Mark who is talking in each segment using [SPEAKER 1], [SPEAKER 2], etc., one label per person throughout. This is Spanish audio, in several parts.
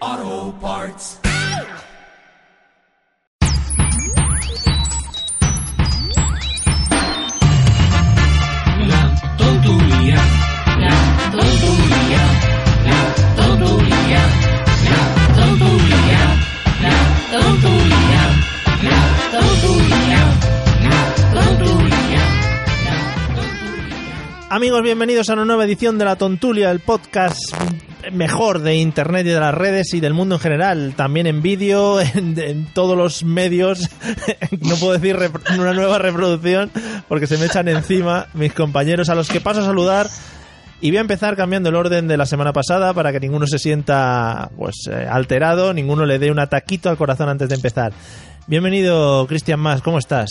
[SPEAKER 1] Auto Parts.
[SPEAKER 2] La tontulia, la tontulia, la tontulia, la tontulia, la tontulia, la tontulia, la tontulia, la tontulia.
[SPEAKER 3] Amigos, bienvenidos a una nueva edición de La Tontulia, el podcast mejor de Internet y de las redes y del mundo en general. También en vídeo, en, en todos los medios. No puedo decir rep- una nueva reproducción porque se me echan encima mis compañeros a los que paso a saludar. Y voy a empezar cambiando el orden de la semana pasada para que ninguno se sienta pues eh, alterado, ninguno le dé un ataquito al corazón antes de empezar. Bienvenido, Cristian Más, ¿cómo estás?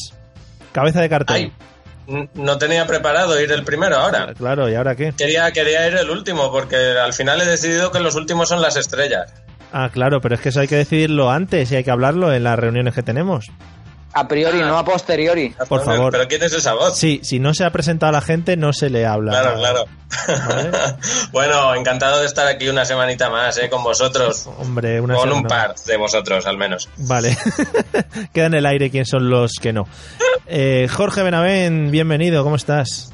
[SPEAKER 3] Cabeza de cartel.
[SPEAKER 4] Ay, n- no tenía preparado ir el primero ahora.
[SPEAKER 3] Claro, ¿y ahora qué?
[SPEAKER 4] Quería, quería ir el último porque al final he decidido que los últimos son las estrellas.
[SPEAKER 3] Ah, claro, pero es que eso hay que decidirlo antes y hay que hablarlo en las reuniones que tenemos.
[SPEAKER 5] A priori,
[SPEAKER 3] Ah.
[SPEAKER 5] no a posteriori.
[SPEAKER 3] Por
[SPEAKER 4] Pero-
[SPEAKER 3] favor.
[SPEAKER 4] Pero ¿quién es esa voz?
[SPEAKER 3] Sí, si no se ha presentado a la gente, no se le habla.
[SPEAKER 4] Claro, claro.
[SPEAKER 3] Vale.
[SPEAKER 4] bueno, encantado de estar aquí una semanita más eh, con vosotros.
[SPEAKER 3] Hombre, una
[SPEAKER 4] con un
[SPEAKER 3] semana.
[SPEAKER 4] par de vosotros, al menos.
[SPEAKER 3] Vale. Queda en el aire quién son los que no. Eh, Jorge Benavén, bienvenido, ¿cómo estás?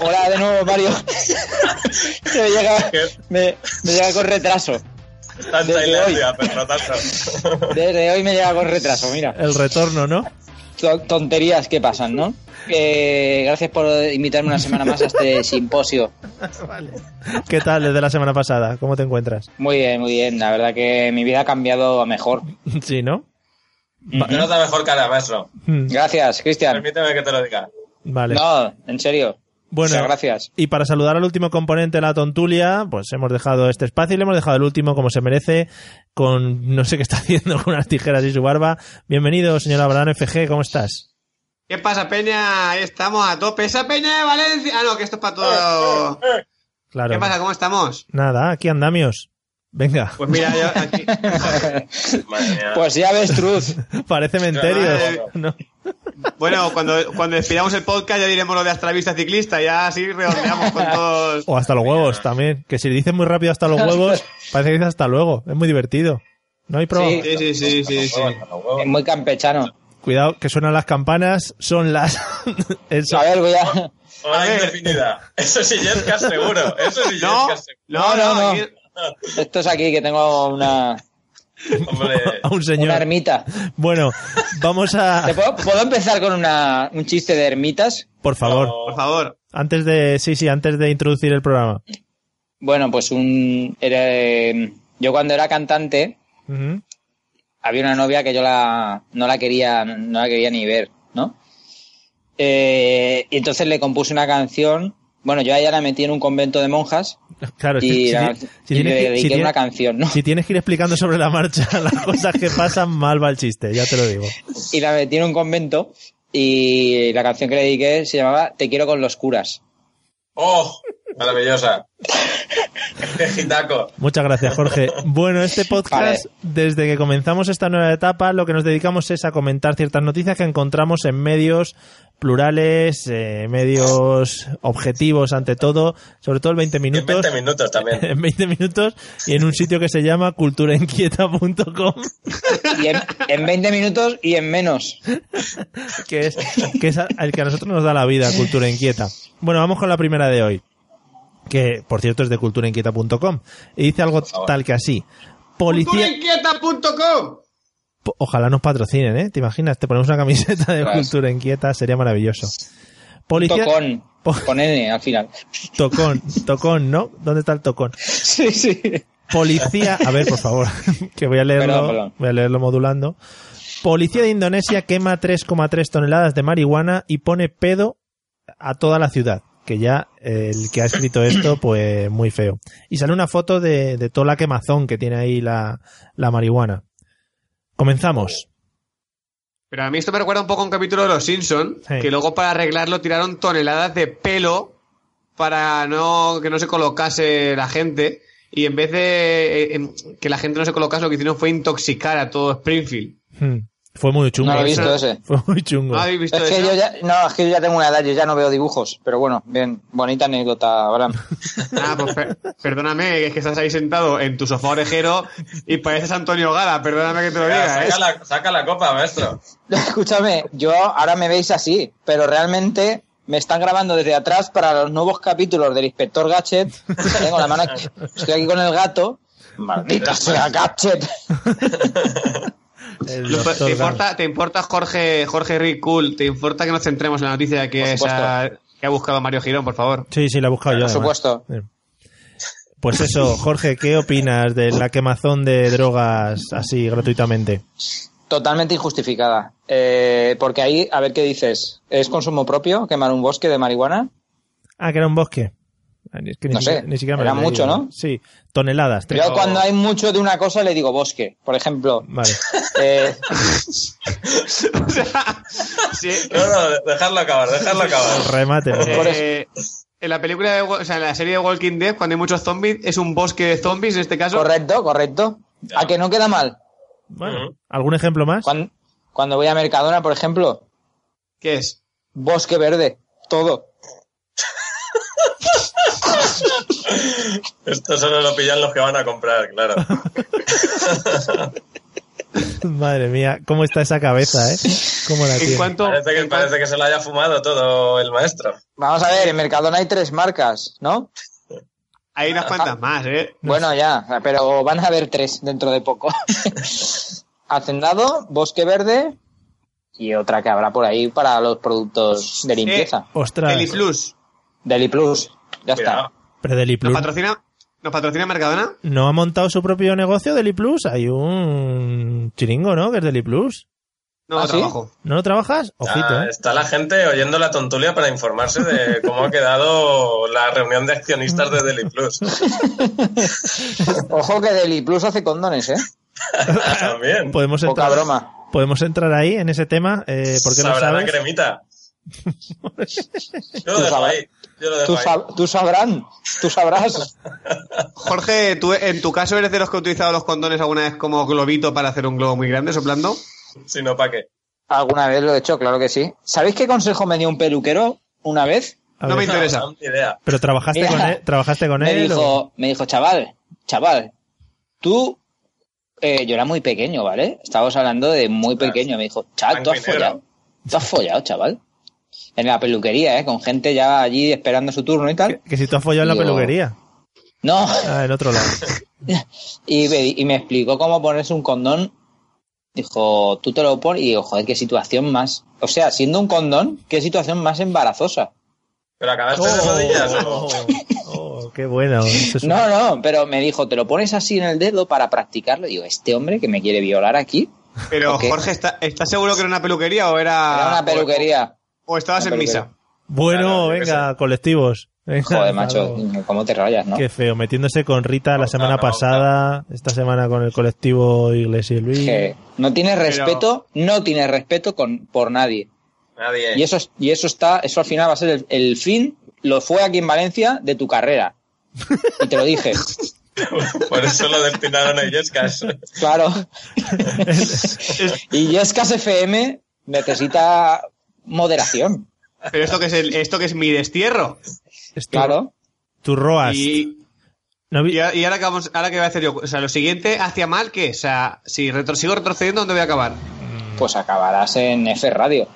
[SPEAKER 5] Hola de nuevo, Mario. me, llega, me- me llega con retraso.
[SPEAKER 4] Tanta
[SPEAKER 5] Desde
[SPEAKER 4] inercia, perro, tanto.
[SPEAKER 5] Desde hoy me llega con retraso, mira.
[SPEAKER 3] El retorno, ¿no?
[SPEAKER 5] To- Tonterías que pasan, ¿no? Eh, gracias por invitarme una semana más a este simposio.
[SPEAKER 3] ¿Qué tal desde la semana pasada? ¿Cómo te encuentras?
[SPEAKER 5] Muy bien, muy bien. La verdad que mi vida ha cambiado a mejor.
[SPEAKER 3] Sí, ¿no?
[SPEAKER 4] No da mejor cara, maestro.
[SPEAKER 3] Mm,
[SPEAKER 5] Gracias, Cristian.
[SPEAKER 4] Permíteme que te lo diga.
[SPEAKER 3] Vale.
[SPEAKER 5] No, en serio.
[SPEAKER 3] Bueno,
[SPEAKER 5] Muchas gracias.
[SPEAKER 3] Y para saludar al último componente de la tontulia, pues hemos dejado este espacio y le hemos dejado el último como se merece, con no sé qué está haciendo con unas tijeras y su barba. Bienvenido, señor Abraham FG, ¿cómo estás?
[SPEAKER 6] ¿Qué pasa, Peña? Ahí estamos a tope. Esa Peña de Valencia. Ah, no, que esto es para todo.
[SPEAKER 5] Eh,
[SPEAKER 3] Claro.
[SPEAKER 6] ¿Qué pasa? ¿Cómo estamos?
[SPEAKER 3] Nada, aquí andamios. Venga,
[SPEAKER 6] Pues mira, yo aquí.
[SPEAKER 4] Madre mía.
[SPEAKER 5] Pues ya ves, Truz.
[SPEAKER 3] parece
[SPEAKER 6] Madre-
[SPEAKER 3] menterio. ¿no?
[SPEAKER 6] Bueno, cuando, cuando despidamos el podcast ya diremos lo de hasta la vista ciclista. Ya así redondeamos con todos.
[SPEAKER 3] O hasta los huevos también, que si dices muy rápido hasta los huevos, parece que dices hasta luego. Es muy divertido. No hay problema.
[SPEAKER 6] Sí, sí, sí, sí. sí.
[SPEAKER 5] Es muy campechano.
[SPEAKER 3] Cuidado, que suenan las campanas, son las... Eso.
[SPEAKER 5] A ver, voy a...
[SPEAKER 4] Hora
[SPEAKER 6] A ver.
[SPEAKER 4] indefinida. Eso sí, Jessica, seguro. Eso sí,
[SPEAKER 6] No,
[SPEAKER 4] Jessica, seguro.
[SPEAKER 5] No,
[SPEAKER 6] no,
[SPEAKER 5] no,
[SPEAKER 6] no.
[SPEAKER 5] no.
[SPEAKER 6] aquí-
[SPEAKER 5] Esto es aquí, que tengo una,
[SPEAKER 4] Hombre.
[SPEAKER 3] a un
[SPEAKER 5] una
[SPEAKER 3] señor.
[SPEAKER 5] ermita.
[SPEAKER 3] Bueno, vamos a...
[SPEAKER 5] ¿Te puedo, puedo empezar con una- un chiste de ermitas?
[SPEAKER 3] Por favor.
[SPEAKER 6] Por favor.
[SPEAKER 3] Antes de, sí, sí, antes de introducir el programa.
[SPEAKER 5] Bueno, pues un. era, eh, yo cuando era cantante
[SPEAKER 3] Ujú.
[SPEAKER 5] había una novia que yo la, no la quería, no la quería ni ver, ¿no? Eh, y entonces le compuse una canción. Bueno, yo a ella la metí en un convento de monjas
[SPEAKER 3] Claro, si-
[SPEAKER 5] y,
[SPEAKER 3] si,
[SPEAKER 5] la-
[SPEAKER 3] si
[SPEAKER 5] y le
[SPEAKER 3] tienes, que- si
[SPEAKER 5] dediqué
[SPEAKER 3] tienes-
[SPEAKER 5] una canción, ¿no?
[SPEAKER 3] si tienes que ir explicando sobre la marcha las cosas que pasan, mal va el chiste, ya te lo digo.
[SPEAKER 5] Y la metí en un convento y la canción que le dediqué se llamaba Te quiero con los curas.
[SPEAKER 4] ¡Oh! Maravillosa. ¡Qué gitaco!
[SPEAKER 3] Muchas gracias, Jorge. Bueno, este podcast, desde que comenzamos esta nueva etapa, lo que nos dedicamos es a comentar ciertas noticias que encontramos en medios plurales, eh, medios objetivos ante todo, sobre todo el 20
[SPEAKER 4] En
[SPEAKER 3] minutos.
[SPEAKER 4] 20 minutos también.
[SPEAKER 3] En 20 minutos y en un sitio que se llama culturainquieta.com.
[SPEAKER 5] Y en, en 20 minutos y en menos.
[SPEAKER 3] que es, que es a- el que a nosotros nos da la vida, Cultura Inquieta. Bueno, vamos con la primera de hoy, que por cierto es de culturainquieta.com. Y dice algo
[SPEAKER 4] favor.
[SPEAKER 3] tal que así. Policía...
[SPEAKER 6] Culturainquieta.com.
[SPEAKER 3] po- Ojalá nos patrocinen, ¿eh? ¿Te imaginas? Te ponemos una camiseta de
[SPEAKER 5] Ostras.
[SPEAKER 3] Cultura Inquieta, sería maravilloso. Policía...
[SPEAKER 5] Tocón.
[SPEAKER 3] Po-
[SPEAKER 5] Con N al final.
[SPEAKER 3] Tocón, tocón, ¿no? ¿Dónde está el tocón?
[SPEAKER 5] Sí, sí.
[SPEAKER 3] Policía, a ver, por favor, que voy a leerlo,
[SPEAKER 5] Perdón, perdón.
[SPEAKER 3] voy a leerlo modulando. Policía de Indonesia quema 3,3 toneladas de marihuana y pone pedo a toda la ciudad. que ya eh, el que ha escrito esto, pues muy feo. Y sale una foto de, de toda la quemazón que tiene ahí la, la marihuana. Comenzamos.
[SPEAKER 6] Pero a mí esto me recuerda un poco a un capítulo de Los Simpson,
[SPEAKER 3] Sí.
[SPEAKER 6] que luego para arreglarlo tiraron toneladas de pelo para no que no se colocase la gente y en vez de eh, em, que la gente no se colocase lo que hicieron fue intoxicar a todo Springfield.
[SPEAKER 3] Hmm. Fue muy chungo.
[SPEAKER 5] No lo he
[SPEAKER 3] eso.
[SPEAKER 5] visto ese.
[SPEAKER 3] Fue muy chungo.
[SPEAKER 6] ¿No habéis visto
[SPEAKER 5] Es que
[SPEAKER 6] eso?
[SPEAKER 5] yo ya, no, es que yo ya tengo una edad, yo ya no veo dibujos. Pero bueno, bien, bonita anécdota, Abraham.
[SPEAKER 6] Ah, pues per- perdóname, es que estás ahí sentado en tu sofá orejero y pareces Antonio Gala, perdóname que te lo diga, ¿eh?
[SPEAKER 4] saca, la, saca la copa, maestro.
[SPEAKER 5] Escúchame, yo ahora me veis así, pero realmente me están grabando desde atrás para los nuevos capítulos del Inspector Gadget. Tengo la mano aquí, estoy aquí con el gato. Maldita sea Gadget.
[SPEAKER 3] El
[SPEAKER 6] Lo-
[SPEAKER 3] doctor
[SPEAKER 6] ¿Te
[SPEAKER 3] Gans.
[SPEAKER 6] importa, ¿Te importa Jorge, Jorge Rick Cool? ¿Te importa que nos centremos en la noticia que,
[SPEAKER 5] Por
[SPEAKER 6] es a- que ha buscado Mario Girón, por favor?
[SPEAKER 3] Sí, sí, la he buscado yo.
[SPEAKER 5] Por
[SPEAKER 3] además.
[SPEAKER 5] supuesto.
[SPEAKER 3] Sí. Pues eso, Jorge, ¿qué opinas de la quemazón de drogas así gratuitamente?
[SPEAKER 5] Totalmente injustificada. Eh, porque ahí, a ver qué dices. ¿Es consumo propio quemar un bosque de marihuana?
[SPEAKER 3] Ah, que era un bosque. Ah, es que ni
[SPEAKER 5] No
[SPEAKER 3] siquiera-
[SPEAKER 5] sé,
[SPEAKER 3] ni siquiera me lo
[SPEAKER 5] era
[SPEAKER 3] he
[SPEAKER 5] mucho,
[SPEAKER 3] leído.
[SPEAKER 5] ¿no?
[SPEAKER 3] Sí, toneladas. tres-
[SPEAKER 5] Yo cuando hay mucho de una cosa le digo bosque. Por ejemplo,
[SPEAKER 3] Vale.
[SPEAKER 5] eh,
[SPEAKER 6] O sea, sí,
[SPEAKER 4] No, no, dejarlo acabar, dejarlo acabar.
[SPEAKER 3] Remate. por favor.
[SPEAKER 6] eh, en la película, de, Wa- o sea, en la serie de Walking Dead, cuando hay muchos zombies, es un bosque de zombies en este caso.
[SPEAKER 5] correcto, correcto. ¿A que no queda mal?
[SPEAKER 3] Bueno, ¿algún ejemplo más?
[SPEAKER 5] Cuando, cuando voy a Mercadona, por ejemplo,
[SPEAKER 6] ¿Qué es?
[SPEAKER 5] bosque verde, todo.
[SPEAKER 4] Esto solo lo pillan los que van a comprar, claro.
[SPEAKER 3] Madre mía, ¿cómo está esa cabeza, eh? ¿Cómo la
[SPEAKER 6] En
[SPEAKER 3] tiene?
[SPEAKER 6] cuanto,
[SPEAKER 4] Parece que,
[SPEAKER 6] en cuan-
[SPEAKER 4] parece que se lo haya fumado todo el maestro.
[SPEAKER 5] Vamos a ver, en Mercadona hay tres marcas, ¿no?
[SPEAKER 6] hay unas
[SPEAKER 5] Ah.
[SPEAKER 6] cuantas más, ¿eh?
[SPEAKER 5] Bueno, ya, pero van a haber tres dentro de poco. Hacendado, Bosque Verde y otra que habrá por ahí para los productos de limpieza.
[SPEAKER 3] Ostras,
[SPEAKER 6] Eli Plus.
[SPEAKER 5] Deli Plus, ya
[SPEAKER 4] Cuidado.
[SPEAKER 5] está.
[SPEAKER 3] pero
[SPEAKER 6] ¿Nos
[SPEAKER 3] Deliplus.
[SPEAKER 6] patrocina, ¿Nos patrocina Mercadona?
[SPEAKER 3] ¿No ha montado su propio negocio Deliplus? Hay un chiringo, ¿no? Que es Deliplus.
[SPEAKER 6] No,
[SPEAKER 5] ¿Ah, sí?
[SPEAKER 6] trabajo.
[SPEAKER 3] ¿No lo trabajas? Ojito,
[SPEAKER 4] Ah,
[SPEAKER 3] eh.
[SPEAKER 4] está la gente oyendo la tontulia para informarse de cómo ha quedado la reunión de accionistas de Deli Plus.
[SPEAKER 5] Ojo que Deli Plus hace condones, ¿eh?
[SPEAKER 4] Ah, También.
[SPEAKER 3] Podemos
[SPEAKER 5] Poca
[SPEAKER 3] entrar,
[SPEAKER 5] broma.
[SPEAKER 3] podemos entrar ahí en ese tema, eh, porque lo
[SPEAKER 4] Sabrá la
[SPEAKER 3] sabes.
[SPEAKER 4] cremita. Yo lo
[SPEAKER 5] Tú
[SPEAKER 4] dejo
[SPEAKER 5] sabrás.
[SPEAKER 4] ahí. Yo lo
[SPEAKER 5] Tú,
[SPEAKER 4] dejo ahí.
[SPEAKER 5] sab- tú sabrán, tú sabrás.
[SPEAKER 6] Jorge, ¿tú en tu caso eres de los que ha utilizado los condones alguna vez como globito para hacer un globo muy grande soplando?
[SPEAKER 4] Si no, ¿para qué?
[SPEAKER 5] Alguna vez lo he hecho, claro que sí. ¿Sabéis qué consejo me dio un peluquero una vez?
[SPEAKER 3] A
[SPEAKER 6] No
[SPEAKER 3] ver,
[SPEAKER 6] me interesa.
[SPEAKER 4] No, Ah, ni idea.
[SPEAKER 3] pero trabajaste
[SPEAKER 5] Mira,
[SPEAKER 3] con él, trabajaste con
[SPEAKER 5] me
[SPEAKER 3] él. o-
[SPEAKER 5] dijo, me dijo, chaval, chaval, tú, eh, yo era muy pequeño, ¿vale? Estábamos hablando de muy
[SPEAKER 4] Ostras.
[SPEAKER 5] pequeño. Me dijo, chaval,
[SPEAKER 4] Blanco
[SPEAKER 5] tú has
[SPEAKER 4] y negro.
[SPEAKER 5] follado. Tú has follado, chaval. En la peluquería, ¿eh? Con gente ya allí esperando su turno y tal.
[SPEAKER 3] que si tú has follado en la
[SPEAKER 5] Yo-
[SPEAKER 3] peluquería.
[SPEAKER 5] No,
[SPEAKER 3] Ah, en otro lado.
[SPEAKER 5] y me, y me explicó cómo ponerse un condón. Dijo, tú te lo pones. Y digo, joder, qué situación más. O sea, siendo un condón, qué situación más embarazosa.
[SPEAKER 4] ¿Pero acabaste de rodillas o...?
[SPEAKER 3] Oh, oh, qué bueno. Eso es un-
[SPEAKER 5] No, no, pero me dijo, te lo pones así en el dedo para practicarlo. Y digo, este hombre que me quiere violar aquí.
[SPEAKER 6] Pero,
[SPEAKER 5] Ok.
[SPEAKER 6] Jorge, ¿está- ¿estás seguro que era una peluquería o
[SPEAKER 5] Era
[SPEAKER 6] era.
[SPEAKER 5] una peluquería.
[SPEAKER 6] O, o estabas
[SPEAKER 5] Una
[SPEAKER 6] en
[SPEAKER 5] peluquería.
[SPEAKER 6] misa.
[SPEAKER 3] Bueno,
[SPEAKER 4] Claro, yo qué
[SPEAKER 3] venga, colectivos. Venga,
[SPEAKER 5] Joder,
[SPEAKER 3] claro.
[SPEAKER 5] macho, cómo te rayas, ¿no?
[SPEAKER 3] Qué feo, metiéndose con Rita la
[SPEAKER 4] No,
[SPEAKER 3] semana
[SPEAKER 4] no, no,
[SPEAKER 3] pasada, esta semana con el colectivo Iglesia y Luis.
[SPEAKER 5] Que no tienes respeto, no tienes respeto con, por nadie.
[SPEAKER 4] Nadie.
[SPEAKER 5] Y eso, es- y eso está, eso al final va a ser el, el fin, lo fue aquí en Valencia, de tu carrera. Y te lo dije.
[SPEAKER 4] Por eso lo destinaron a Illescas.
[SPEAKER 5] Claro. y Yescas FM necesita moderación.
[SPEAKER 6] Pero esto que es, el- esto que es mi destierro.
[SPEAKER 3] Es tu,
[SPEAKER 5] Claro.
[SPEAKER 3] tu Roas.
[SPEAKER 6] Y,
[SPEAKER 3] ¿No vi-
[SPEAKER 6] y a- y ahora, que vamos, ahora que voy a hacer yo. O sea, lo siguiente, ¿hacia mal qué? O sea, si retro- sigo retrocediendo, ¿dónde voy a acabar?
[SPEAKER 5] Pues acabarás en F Radio.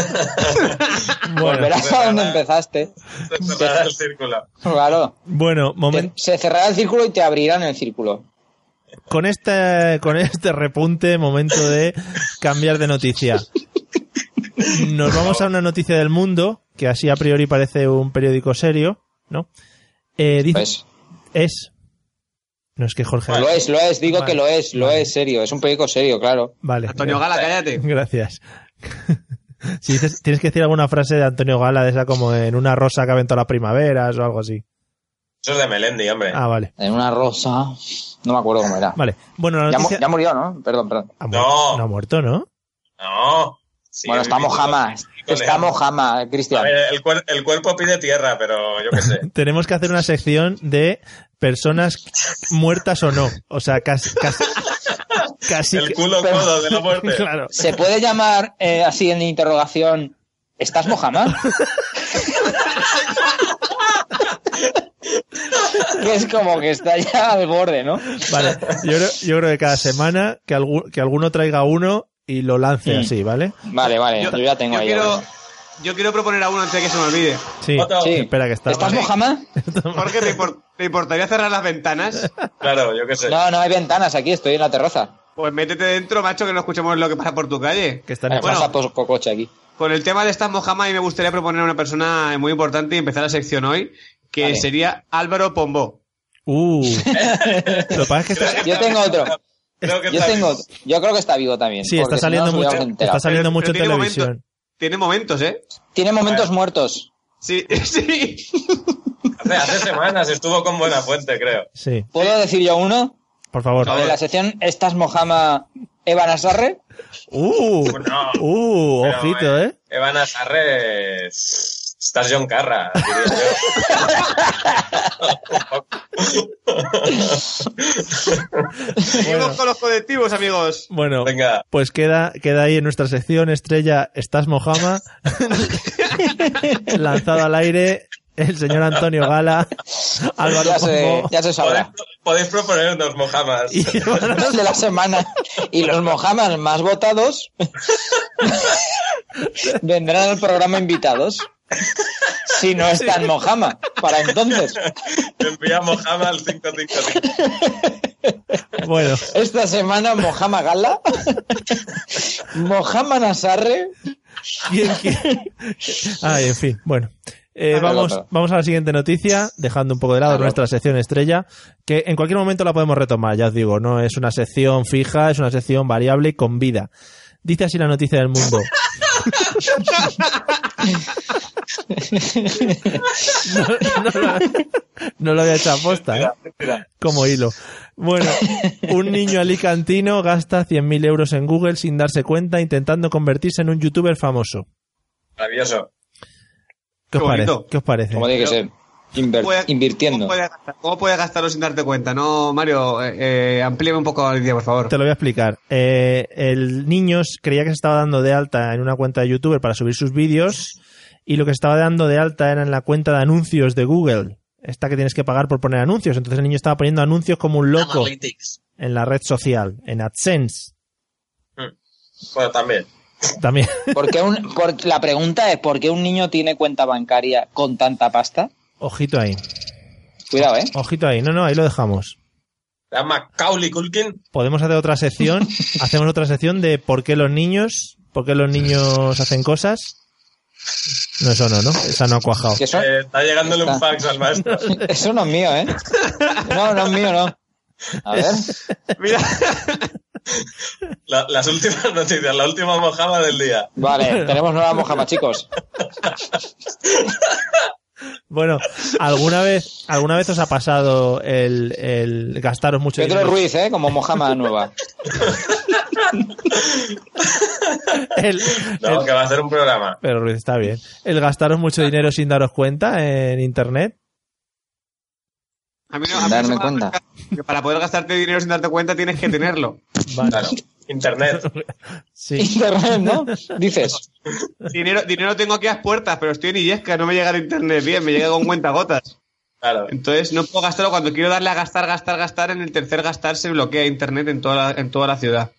[SPEAKER 3] bueno,
[SPEAKER 4] pues
[SPEAKER 5] Volverás a donde empezaste.
[SPEAKER 4] Cerrar el círculo.
[SPEAKER 5] Claro.
[SPEAKER 3] bueno, momento.
[SPEAKER 5] Se cerrará el círculo y te abrirán el círculo.
[SPEAKER 3] con este con este repunte momento de cambiar de noticia nos vamos a una noticia del mundo que así a priori parece un periódico serio no Eh, dice
[SPEAKER 5] Pues,
[SPEAKER 3] es no es que Jorge
[SPEAKER 5] lo es, lo es, digo
[SPEAKER 3] Vale,
[SPEAKER 5] que lo es, lo
[SPEAKER 3] vale.
[SPEAKER 5] es serio. Es un periódico serio, claro.
[SPEAKER 3] vale
[SPEAKER 6] Antonio
[SPEAKER 3] gra-
[SPEAKER 6] Gala, cállate.
[SPEAKER 3] gracias Si dices, tienes que decir alguna frase de Antonio Gala, de esa como en una rosa que aventó las primaveras o algo así.
[SPEAKER 4] Eso es de Melendi, hombre.
[SPEAKER 3] Ah, vale.
[SPEAKER 5] En una rosa. No me acuerdo cómo era.
[SPEAKER 3] Vale. Bueno, la
[SPEAKER 5] Ya, mu-
[SPEAKER 3] noticia...
[SPEAKER 5] ya murió, ¿no? Perdón, perdón.
[SPEAKER 3] Ha
[SPEAKER 4] No.
[SPEAKER 3] ha muerto, ¿no?
[SPEAKER 4] No. sigue
[SPEAKER 5] bueno, está
[SPEAKER 4] viviendo.
[SPEAKER 5] Mojama.
[SPEAKER 4] Híjole.
[SPEAKER 5] Está Mojama,
[SPEAKER 4] A
[SPEAKER 5] Cristian.
[SPEAKER 4] ver, el, cuer- el cuerpo pide tierra, pero yo qué sé.
[SPEAKER 3] Tenemos que hacer una sección de personas muertas o no. O sea, casi... casi, casi
[SPEAKER 4] el
[SPEAKER 3] que-
[SPEAKER 4] culo
[SPEAKER 5] pero-
[SPEAKER 4] codo de la muerte.
[SPEAKER 3] Claro.
[SPEAKER 5] ¿Se puede llamar eh, así en interrogación? ¿Estás Mojama? que es como que está ya al borde, ¿no?
[SPEAKER 3] Vale, yo creo, yo creo que cada semana que, algu- que alguno traiga uno y lo lance
[SPEAKER 5] Mm.
[SPEAKER 3] así, ¿vale?
[SPEAKER 5] Vale, vale, yo, ya tengo
[SPEAKER 6] yo
[SPEAKER 5] ahí.
[SPEAKER 6] quiero, yo quiero proponer a uno antes de que se me olvide.
[SPEAKER 3] Sí.
[SPEAKER 4] Otro.
[SPEAKER 5] Sí.
[SPEAKER 3] Espera que está.
[SPEAKER 5] ¿Estás Mojama?
[SPEAKER 6] Jorge, ¿te, impor- te importaría cerrar las ventanas?
[SPEAKER 4] Claro, yo qué sé.
[SPEAKER 5] No, no hay ventanas aquí, estoy en la terraza.
[SPEAKER 6] Pues métete dentro, macho, que no escuchemos lo que pasa por tu calle.
[SPEAKER 3] Que está en
[SPEAKER 5] Eh,
[SPEAKER 3] el-
[SPEAKER 6] Bueno.
[SPEAKER 5] Pasa por, por coche aquí.
[SPEAKER 6] Con el tema de estas Mojama, y me gustaría proponer a una persona muy importante y empezar la sección hoy, que
[SPEAKER 5] Vale.
[SPEAKER 6] sería Álvaro Pombo.
[SPEAKER 3] Uh. lo que pasa es que está,
[SPEAKER 5] Yo tengo otro.
[SPEAKER 4] Creo que
[SPEAKER 5] Yo
[SPEAKER 4] está
[SPEAKER 5] tengo
[SPEAKER 4] bien.
[SPEAKER 5] otro. Yo creo que está vivo también.
[SPEAKER 3] sí, está
[SPEAKER 5] porque si no
[SPEAKER 3] saliendo
[SPEAKER 5] nos
[SPEAKER 3] mucho,
[SPEAKER 5] hubiéramos enterado.
[SPEAKER 3] está saliendo
[SPEAKER 6] Pero-
[SPEAKER 3] mucho en
[SPEAKER 6] pero tiene
[SPEAKER 3] televisión.
[SPEAKER 6] Tiene momentos, ¿eh?
[SPEAKER 5] Tiene momentos muertos.
[SPEAKER 6] Sí, sí.
[SPEAKER 4] Hace, hace semanas estuvo con Buena Fuente, creo.
[SPEAKER 3] Sí,
[SPEAKER 5] ¿Puedo decir yo uno?
[SPEAKER 3] por favor.
[SPEAKER 5] De la sección ¿Estás Mojama Evan Asarre?
[SPEAKER 3] Uh.
[SPEAKER 4] Pues No.
[SPEAKER 3] Uh,
[SPEAKER 4] Pero,
[SPEAKER 3] ojito, ¿eh?
[SPEAKER 4] Evan Azarre. Estás John Carra. diría
[SPEAKER 6] Seguimos con los colectivos, amigos.
[SPEAKER 3] Bueno,
[SPEAKER 4] yo. Venga.
[SPEAKER 3] pues queda, queda ahí en nuestra sección estrella Estás Mojama. Lanzado al aire el señor Antonio Gala, Álvaro
[SPEAKER 5] Ya se,
[SPEAKER 3] Pombo.
[SPEAKER 5] ya se
[SPEAKER 4] Podéis,
[SPEAKER 5] sabrá.
[SPEAKER 4] podéis proponernos mojamas.
[SPEAKER 3] y Iván
[SPEAKER 5] El de la semana. Y los Mojamas más votados vendrán al programa invitados. Si no están Mojama, para entonces.
[SPEAKER 4] Envía mojama al 555.
[SPEAKER 3] Bueno,
[SPEAKER 5] Esta semana Mojama Gala, Mojama Nasarre.
[SPEAKER 3] ¿quién quiere? Ay, en fin, bueno. Eh,
[SPEAKER 5] Vale,
[SPEAKER 3] vamos,
[SPEAKER 5] loco.
[SPEAKER 3] vamos a la siguiente noticia, dejando un poco de lado
[SPEAKER 5] Vale.
[SPEAKER 3] nuestra sección estrella, que en cualquier momento la podemos retomar, ya os digo, no es una sección fija, es una sección variable y con vida. Dice así la noticia del mundo. no, no lo- no lo había hecho aposta, ¿eh? como hilo. Bueno, un niño alicantino gasta 100.000 euros en Google sin darse cuenta intentando convertirse en un youtuber famoso.
[SPEAKER 4] Maravilloso.
[SPEAKER 3] ¿Qué os
[SPEAKER 6] Qué
[SPEAKER 3] parece?
[SPEAKER 6] bonito.
[SPEAKER 3] ¿Qué os parece?
[SPEAKER 5] Como tiene que ser. Inver-
[SPEAKER 6] Puede-
[SPEAKER 5] invirtiendo.
[SPEAKER 6] ¿Cómo puedes, gastar- cómo puedes gastarlo sin darte cuenta? No, Mario, eh, eh, amplíame un poco la idea, por favor.
[SPEAKER 3] Te lo voy a explicar. Eh, el niño s- creía que se estaba dando de alta en una cuenta de youtuber para subir sus vídeos y lo que se estaba dando de alta era en la cuenta de anuncios de Google. Esta que tienes que pagar por poner anuncios. Entonces el niño estaba poniendo anuncios como un loco en la red social, en AdSense
[SPEAKER 4] Bueno, también.
[SPEAKER 3] también.
[SPEAKER 5] ¿Por qué un- por- la pregunta es, ¿por qué un niño tiene cuenta bancaria con tanta pasta?
[SPEAKER 3] Ojito ahí.
[SPEAKER 5] Cuidado, ¿eh?
[SPEAKER 3] Ojito ahí. No, no, ahí lo dejamos.
[SPEAKER 4] La Macaulay Culkin.
[SPEAKER 3] podemos hacer otra sección. Hacemos otra sección de por qué los niños, por qué los niños hacen cosas. No, eso no, ¿no? Esa no ha cuajado.
[SPEAKER 5] Que eso,
[SPEAKER 4] Eh, está llegándole un
[SPEAKER 5] Ah, Está.
[SPEAKER 4] fax al maestro.
[SPEAKER 5] eso no es mío, ¿eh? No, no es mío, no. A ver.
[SPEAKER 6] Mira,
[SPEAKER 4] La- las últimas noticias, la última mojama del día.
[SPEAKER 5] Vale, tenemos nueva mojama, chicos.
[SPEAKER 3] Bueno, ¿alguna vez, alguna vez os ha pasado el, el gastaros mucho
[SPEAKER 5] Pedro
[SPEAKER 3] dinero?
[SPEAKER 5] Ruiz, ¿eh? Como mojama nueva.
[SPEAKER 3] El-
[SPEAKER 4] No,
[SPEAKER 3] el-
[SPEAKER 4] que va a hacer un programa.
[SPEAKER 3] Pedro Ruiz está bien. El gastaros mucho dinero sin daros cuenta en internet.
[SPEAKER 6] a mí no- a
[SPEAKER 5] Sin
[SPEAKER 6] mí no
[SPEAKER 5] darme
[SPEAKER 6] se me da
[SPEAKER 5] cuenta.
[SPEAKER 6] que Para poder gastarte dinero sin darte cuenta tienes que tenerlo.
[SPEAKER 3] Vale,
[SPEAKER 4] Claro. Internet.
[SPEAKER 3] sí.
[SPEAKER 5] Internet, ¿no? Dices.
[SPEAKER 6] Dinero, dinero tengo aquí a las puertas, pero estoy en Illesca, no me llega el internet bien, me llega con cuentagotas.
[SPEAKER 4] Claro.
[SPEAKER 6] Entonces no puedo gastarlo cuando quiero darle a gastar, gastar, gastar. En el tercer gastar se bloquea internet en toda la, en toda la ciudad.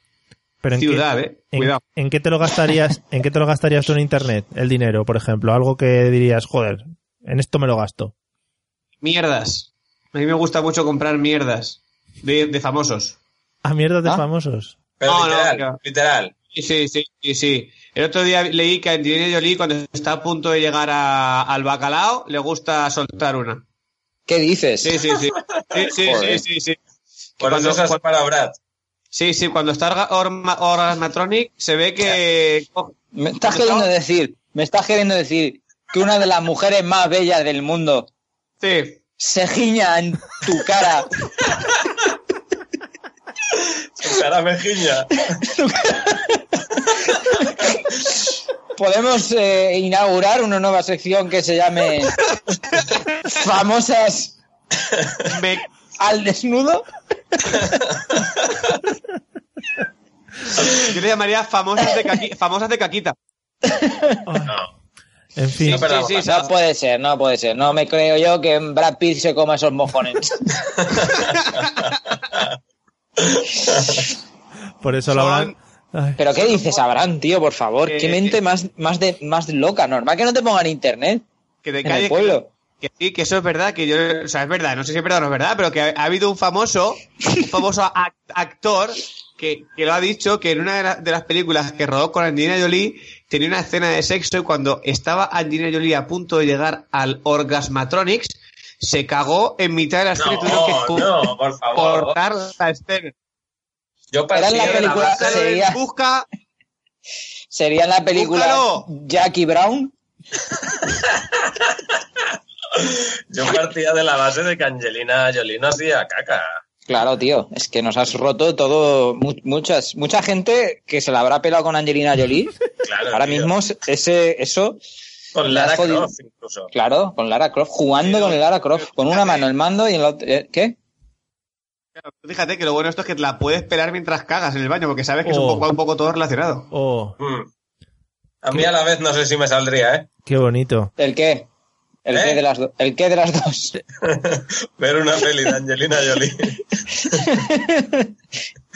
[SPEAKER 3] Pero en qué-
[SPEAKER 6] Ciudad, eh.
[SPEAKER 3] en-
[SPEAKER 6] Cuidado.
[SPEAKER 3] ¿En qué te lo gastarías? ¿En qué te lo gastarías tú en internet? El dinero, por ejemplo, algo que dirías, joder, en esto me lo gasto.
[SPEAKER 6] Mierdas. A mí me gusta mucho comprar mierdas de, de famosos.
[SPEAKER 3] A mierda de
[SPEAKER 5] ¿Ah?
[SPEAKER 3] famosos.
[SPEAKER 4] Pero
[SPEAKER 6] No, no,
[SPEAKER 4] literal,
[SPEAKER 6] claro.
[SPEAKER 4] literal.
[SPEAKER 6] Sí, sí, sí, sí, sí. El otro día leí que a Angelina Jolie cuando está a punto de llegar a- al bacalao le gusta soltar una.
[SPEAKER 5] ¿Qué dices?
[SPEAKER 6] Sí, sí, sí. Sí, sí, sí,
[SPEAKER 5] Joder.
[SPEAKER 6] sí, sí.
[SPEAKER 4] Por
[SPEAKER 6] Cuando-
[SPEAKER 4] eso se hace para Brad.
[SPEAKER 6] Sí, sí, cuando está Orga- Orma- Orgasmatronic se ve que... co-
[SPEAKER 5] Me estás queriendo decir, me estás queriendo decir que una de las mujeres más bellas del mundo
[SPEAKER 6] Sí,
[SPEAKER 5] se giña en tu cara.
[SPEAKER 4] Tu cara mejilla.
[SPEAKER 5] Podemos eh, inaugurar una nueva sección que se llame Famosas
[SPEAKER 6] me-
[SPEAKER 5] al desnudo.
[SPEAKER 6] yo le llamaría famosas de, caqui- famosas de caquita.
[SPEAKER 3] En fin,
[SPEAKER 4] No, pero-
[SPEAKER 6] sí, sí,
[SPEAKER 5] No puede ser, no puede ser. No me creo yo que Brad Pitt se coma esos mojones.
[SPEAKER 3] por eso lo habrán. Ay,
[SPEAKER 5] Pero ¿qué dices, Abraham, tío? Por favor,
[SPEAKER 6] Eh,
[SPEAKER 5] qué mente
[SPEAKER 6] eh.
[SPEAKER 5] más, más, de, más loca. Normal que no te pongan internet
[SPEAKER 6] que te
[SPEAKER 5] en el
[SPEAKER 6] calles,
[SPEAKER 5] pueblo.
[SPEAKER 6] Que sí, que eso es verdad, que yo, o sea, es verdad, no sé si es verdad o no es verdad, pero que ha, ha habido un famoso, un famoso ac- actor que, que lo ha dicho que en una de, la- de las películas que rodó con Angelina Jolie tenía una escena de sexo y cuando estaba Angelina Jolie a punto de llegar al Orgasmatronics, se cagó en mitad de la escena y tuvieron que
[SPEAKER 4] No, no, por favor.
[SPEAKER 6] cortar la escena.
[SPEAKER 4] Yo
[SPEAKER 5] Era en la
[SPEAKER 4] partí de
[SPEAKER 5] película-
[SPEAKER 4] base
[SPEAKER 6] Búscalo,
[SPEAKER 4] de-
[SPEAKER 5] sería-
[SPEAKER 6] en- busca,
[SPEAKER 5] Sería en la película
[SPEAKER 6] Búscalo.
[SPEAKER 5] Jackie Brown.
[SPEAKER 4] Yo partía de la base de que Angelina Jolie no hacía caca.
[SPEAKER 5] Claro, tío, es que nos has roto todo. mu- muchas, mucha gente que se la habrá pelado con Angelina Jolie.
[SPEAKER 4] Claro,
[SPEAKER 5] Ahora
[SPEAKER 4] tío.
[SPEAKER 5] mismo, ese, eso,
[SPEAKER 4] Con
[SPEAKER 5] la
[SPEAKER 4] Lara
[SPEAKER 5] has jodido.
[SPEAKER 4] Croft, incluso.
[SPEAKER 5] claro, con Lara Croft, jugando
[SPEAKER 6] Pero-
[SPEAKER 5] con el Lara Croft, con una mano el mando y en la otra. eh, ¿Qué?
[SPEAKER 6] fíjate que lo bueno de esto es que te la puedes pelar mientras cagas en el baño, porque sabes que es un
[SPEAKER 3] Oh.
[SPEAKER 6] poco, un poco todo relacionado.
[SPEAKER 3] oh,
[SPEAKER 4] Mm. A mí a la vez no sé si me saldría, ¿eh?
[SPEAKER 3] qué bonito.
[SPEAKER 5] ¿El qué? ¿El,
[SPEAKER 4] ¿Eh?
[SPEAKER 5] qué, de las do- ¿El qué de las dos?
[SPEAKER 4] Ver una peli de Angelina Jolie.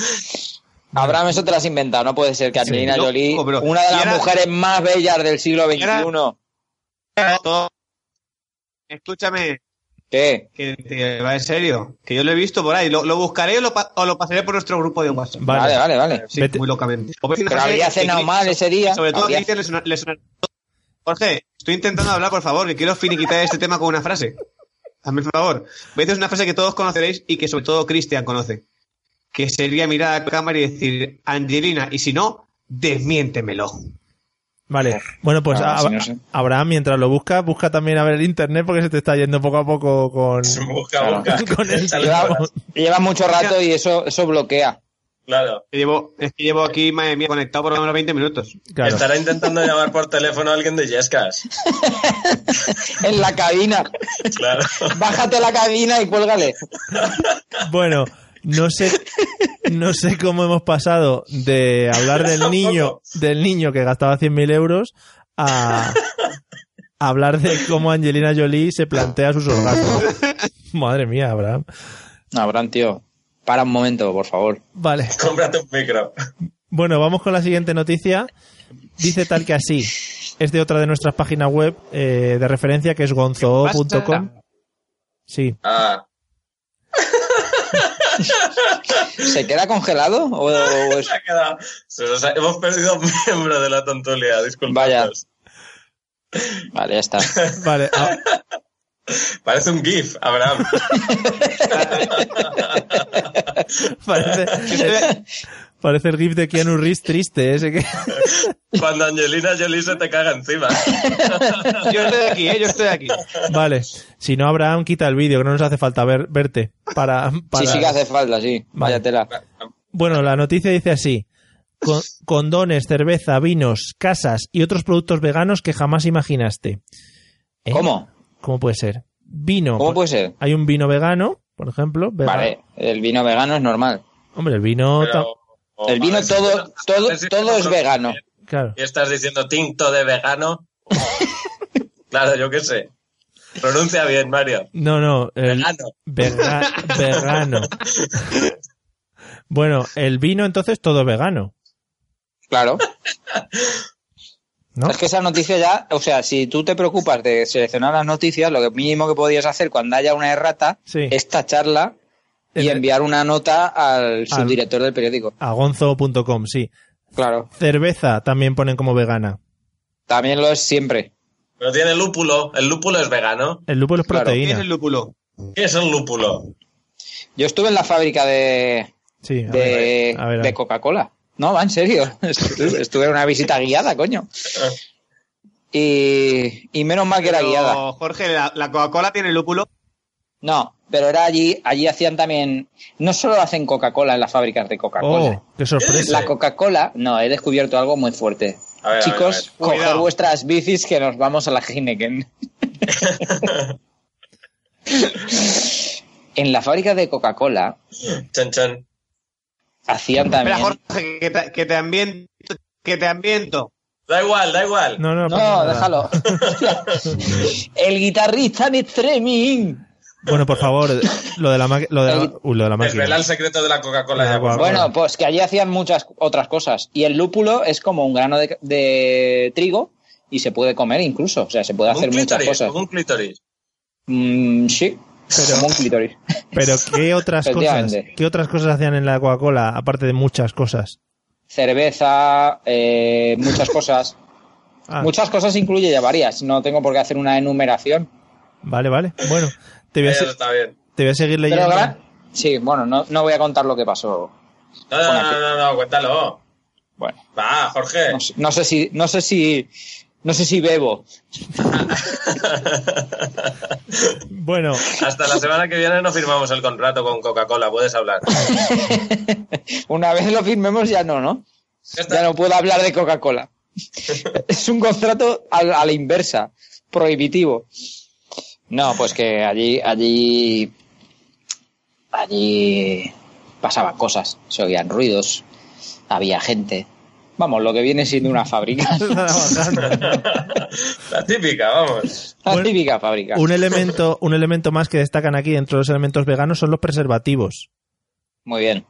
[SPEAKER 5] Abraham, eso te lo has inventado. No puede ser que Angelina
[SPEAKER 6] loco,
[SPEAKER 5] Jolie,
[SPEAKER 6] pero-
[SPEAKER 5] una de
[SPEAKER 6] y
[SPEAKER 5] las
[SPEAKER 6] era-
[SPEAKER 5] mujeres más bellas del siglo XXI.
[SPEAKER 6] y era- Todo- Escúchame,
[SPEAKER 5] ¿Qué?
[SPEAKER 6] que te va en serio. Que yo lo he visto por ahí. Lo, lo buscaré o lo, pa- o lo pasaré por nuestro grupo de WhatsApp.
[SPEAKER 5] Vale, vale, vale.
[SPEAKER 6] Sí,
[SPEAKER 3] Vete.
[SPEAKER 6] muy locamente. pues,
[SPEAKER 5] Pero habría cenado mal ese día.
[SPEAKER 6] Sobre todo
[SPEAKER 5] Habría-
[SPEAKER 6] a Cristian le suena- le suena- Jorge, estoy intentando hablar, por favor, que quiero finiquitar este tema con una frase. Hazme el favor. Veces una frase que todos conoceréis y que sobre todo Cristian conoce. Que sería mirar a la cámara y decir, Angelina, y si no, desmiéntemelo.
[SPEAKER 3] Vale, bueno, pues
[SPEAKER 5] Claro,
[SPEAKER 3] a-
[SPEAKER 5] si no sé.
[SPEAKER 3] Abraham, mientras lo busca, busca también a ver el internet porque se te está yendo poco a poco con.
[SPEAKER 4] Busca,
[SPEAKER 5] Claro.
[SPEAKER 4] busca.
[SPEAKER 3] Con el-
[SPEAKER 4] Sale
[SPEAKER 5] Lleva,
[SPEAKER 4] fuera.
[SPEAKER 5] lleva mucho rato y eso, eso bloquea.
[SPEAKER 4] Claro.
[SPEAKER 6] Que llevo, es que llevo aquí, madre mía, conectado por lo menos 20 minutos.
[SPEAKER 3] Claro.
[SPEAKER 4] Estará intentando llamar por teléfono a alguien de Yescas.
[SPEAKER 5] En la cabina.
[SPEAKER 4] Claro.
[SPEAKER 5] Bájate a la cabina y cuélgale.
[SPEAKER 3] Bueno, no sé, no sé cómo hemos pasado de hablar del niño, del niño que gastaba 100.000 euros a, a hablar de cómo Angelina Jolie se plantea sus orgasmos. Madre mía, Abraham.
[SPEAKER 5] No, Abraham, tío. Para un momento, por favor.
[SPEAKER 3] Vale.
[SPEAKER 4] Cómprate un micro.
[SPEAKER 3] Bueno, vamos con la siguiente noticia. Dice tal que así. Es de otra de nuestras páginas web eh, de referencia que es gonzoo.com. Sí.
[SPEAKER 4] Ah,
[SPEAKER 5] ¿Se queda congelado? O, o es-
[SPEAKER 4] se ha quedado. Se nos ha- Hemos perdido a un miembro de la tontulia,
[SPEAKER 5] Vaya.
[SPEAKER 4] disculpadnos.
[SPEAKER 5] Vale, ya está.
[SPEAKER 3] Vale. ah, a-
[SPEAKER 4] Parece un GIF, Abraham.
[SPEAKER 3] parece, parece el GIF de Keanu Reeves triste ese que...
[SPEAKER 4] Cuando Angelina Jolie se te caga encima.
[SPEAKER 6] Yo estoy aquí, ¿eh? Yo estoy aquí.
[SPEAKER 3] Vale. Si no, Abraham, quita el vídeo, que no nos hace falta ver, verte. Para, para...
[SPEAKER 5] Sí, sí que hace falta, sí. Vaya
[SPEAKER 3] Vale.
[SPEAKER 5] tela.
[SPEAKER 3] Bueno, la noticia dice así. Con- condones, cerveza, vinos, casas y otros productos veganos que jamás imaginaste. ¿Eh? pues,
[SPEAKER 5] ¿Cómo?
[SPEAKER 3] ¿Cómo puede ser? Vino.
[SPEAKER 5] ¿Cómo
[SPEAKER 3] por-
[SPEAKER 5] puede ser?
[SPEAKER 3] Hay un vino vegano, por ejemplo. vegano.
[SPEAKER 5] Vale, el vino vegano es normal.
[SPEAKER 3] Hombre, el vino...
[SPEAKER 4] Pero-
[SPEAKER 3] ta-
[SPEAKER 4] o-
[SPEAKER 5] El vino
[SPEAKER 4] a ver si-
[SPEAKER 5] todo,
[SPEAKER 4] a
[SPEAKER 5] todo,
[SPEAKER 3] pues,
[SPEAKER 4] ver si-
[SPEAKER 5] todo es vegano.
[SPEAKER 3] Claro.
[SPEAKER 4] Y estás diciendo tinto de vegano. claro, yo qué sé. Pronuncia bien, Mario.
[SPEAKER 3] No, no. el-
[SPEAKER 4] Vegano.
[SPEAKER 3] Verga- vegano. Bueno, el vino entonces todo vegano,
[SPEAKER 5] Claro.
[SPEAKER 3] ¿no?
[SPEAKER 5] Es que esa noticia ya, o sea, si tú te preocupas de seleccionar las noticias, lo que mínimo que podías hacer cuando haya una errata
[SPEAKER 3] Sí.
[SPEAKER 5] es tacharla y
[SPEAKER 3] En-
[SPEAKER 5] enviar una nota al subdirector del periódico.
[SPEAKER 3] A gonzo.com, sí.
[SPEAKER 5] Claro.
[SPEAKER 3] Cerveza también ponen como vegana.
[SPEAKER 5] También lo es siempre.
[SPEAKER 4] Pero tiene lúpulo. El lúpulo es vegano.
[SPEAKER 3] El lúpulo es
[SPEAKER 5] Claro,
[SPEAKER 6] ¿Qué es
[SPEAKER 3] proteína.
[SPEAKER 6] el lúpulo?
[SPEAKER 4] ¿Qué es el lúpulo?
[SPEAKER 5] Yo estuve en la fábrica de,
[SPEAKER 3] Sí, a
[SPEAKER 5] de,
[SPEAKER 3] ver, a ver, a
[SPEAKER 5] de
[SPEAKER 3] ver.
[SPEAKER 5] Coca-Cola. No, va, en serio. Estuve estuve en una visita guiada, coño. Y, y menos mal que era
[SPEAKER 6] Pero,
[SPEAKER 5] guiada.
[SPEAKER 6] Jorge, la, la Coca-Cola tiene lúpulo.
[SPEAKER 5] No, pero era allí, allí hacían también, no solo hacen Coca-Cola en las fábricas de Coca-Cola.
[SPEAKER 3] Oh, qué sorpresa.
[SPEAKER 5] La Coca-Cola, no, he descubierto algo muy fuerte.
[SPEAKER 4] A ver, a
[SPEAKER 5] Chicos,
[SPEAKER 6] ver, a ver.
[SPEAKER 5] coger
[SPEAKER 6] Cuidado.
[SPEAKER 5] vuestras bicis que nos vamos a la Heineken. en la fábrica de Coca-Cola
[SPEAKER 4] Chan, chan.
[SPEAKER 5] hacían también...
[SPEAKER 6] Espera, Jorge, que te, que te ambiento. Que te ambiento.
[SPEAKER 4] Da igual, da igual.
[SPEAKER 3] No, no, pasa
[SPEAKER 5] No,
[SPEAKER 3] nada.
[SPEAKER 5] déjalo. el guitarrista en streaming.
[SPEAKER 3] Bueno, por favor, lo de la, maqui- lo de la, uy, lo de la
[SPEAKER 4] Desvela
[SPEAKER 3] máquina.
[SPEAKER 4] el secreto de la Coca-Cola.
[SPEAKER 3] La
[SPEAKER 4] ya, por
[SPEAKER 3] guapa.
[SPEAKER 4] favor.
[SPEAKER 5] Bueno, pues que allí hacían muchas otras cosas. Y el lúpulo es como un grano de, de trigo y se puede comer incluso. O sea, se puede hacer
[SPEAKER 4] un
[SPEAKER 5] muchas
[SPEAKER 4] clítoris,
[SPEAKER 5] cosas.
[SPEAKER 4] un clítoris.
[SPEAKER 5] Mm, sí, como un clítoris.
[SPEAKER 3] Pero ¿qué otras cosas?
[SPEAKER 5] Efectivamente.
[SPEAKER 3] ¿Qué otras cosas hacían en la Coca-Cola aparte de muchas cosas?
[SPEAKER 5] Cerveza, eh, muchas cosas.
[SPEAKER 3] Ah,
[SPEAKER 5] Muchas cosas incluye ya varias. No tengo por qué hacer una enumeración.
[SPEAKER 3] Vale, vale. Bueno, te voy a,
[SPEAKER 4] Eso
[SPEAKER 3] se-
[SPEAKER 4] está bien.
[SPEAKER 3] te voy a seguir
[SPEAKER 5] Pero
[SPEAKER 3] leyendo.
[SPEAKER 5] gran- Sí, bueno, no, no voy a contar lo que pasó.
[SPEAKER 4] No, no, no, no, no, cuéntalo.
[SPEAKER 5] Bueno,
[SPEAKER 4] Va, Jorge.
[SPEAKER 5] no sé- no sé si, no sé si, no sé si bebo.
[SPEAKER 3] Bueno,
[SPEAKER 4] Hasta la semana que viene no firmamos el contrato con Coca-Cola, puedes hablar.
[SPEAKER 5] Una vez lo firmemos ya no, ¿no?
[SPEAKER 4] Ya está.
[SPEAKER 5] Ya no puedo hablar de Coca-Cola. es un contrato a, la- a la inversa, prohibitivo. No, pues que allí, allí, allí pasaban cosas, se oían ruidos, había gente. Vamos, lo que viene siendo una fábrica,
[SPEAKER 4] La típica, vamos.
[SPEAKER 5] la
[SPEAKER 3] Bueno,
[SPEAKER 5] típica fábrica.
[SPEAKER 3] un elemento, un elemento más que destacan aquí dentro de los elementos veganos son los preservativos.
[SPEAKER 5] Muy bien.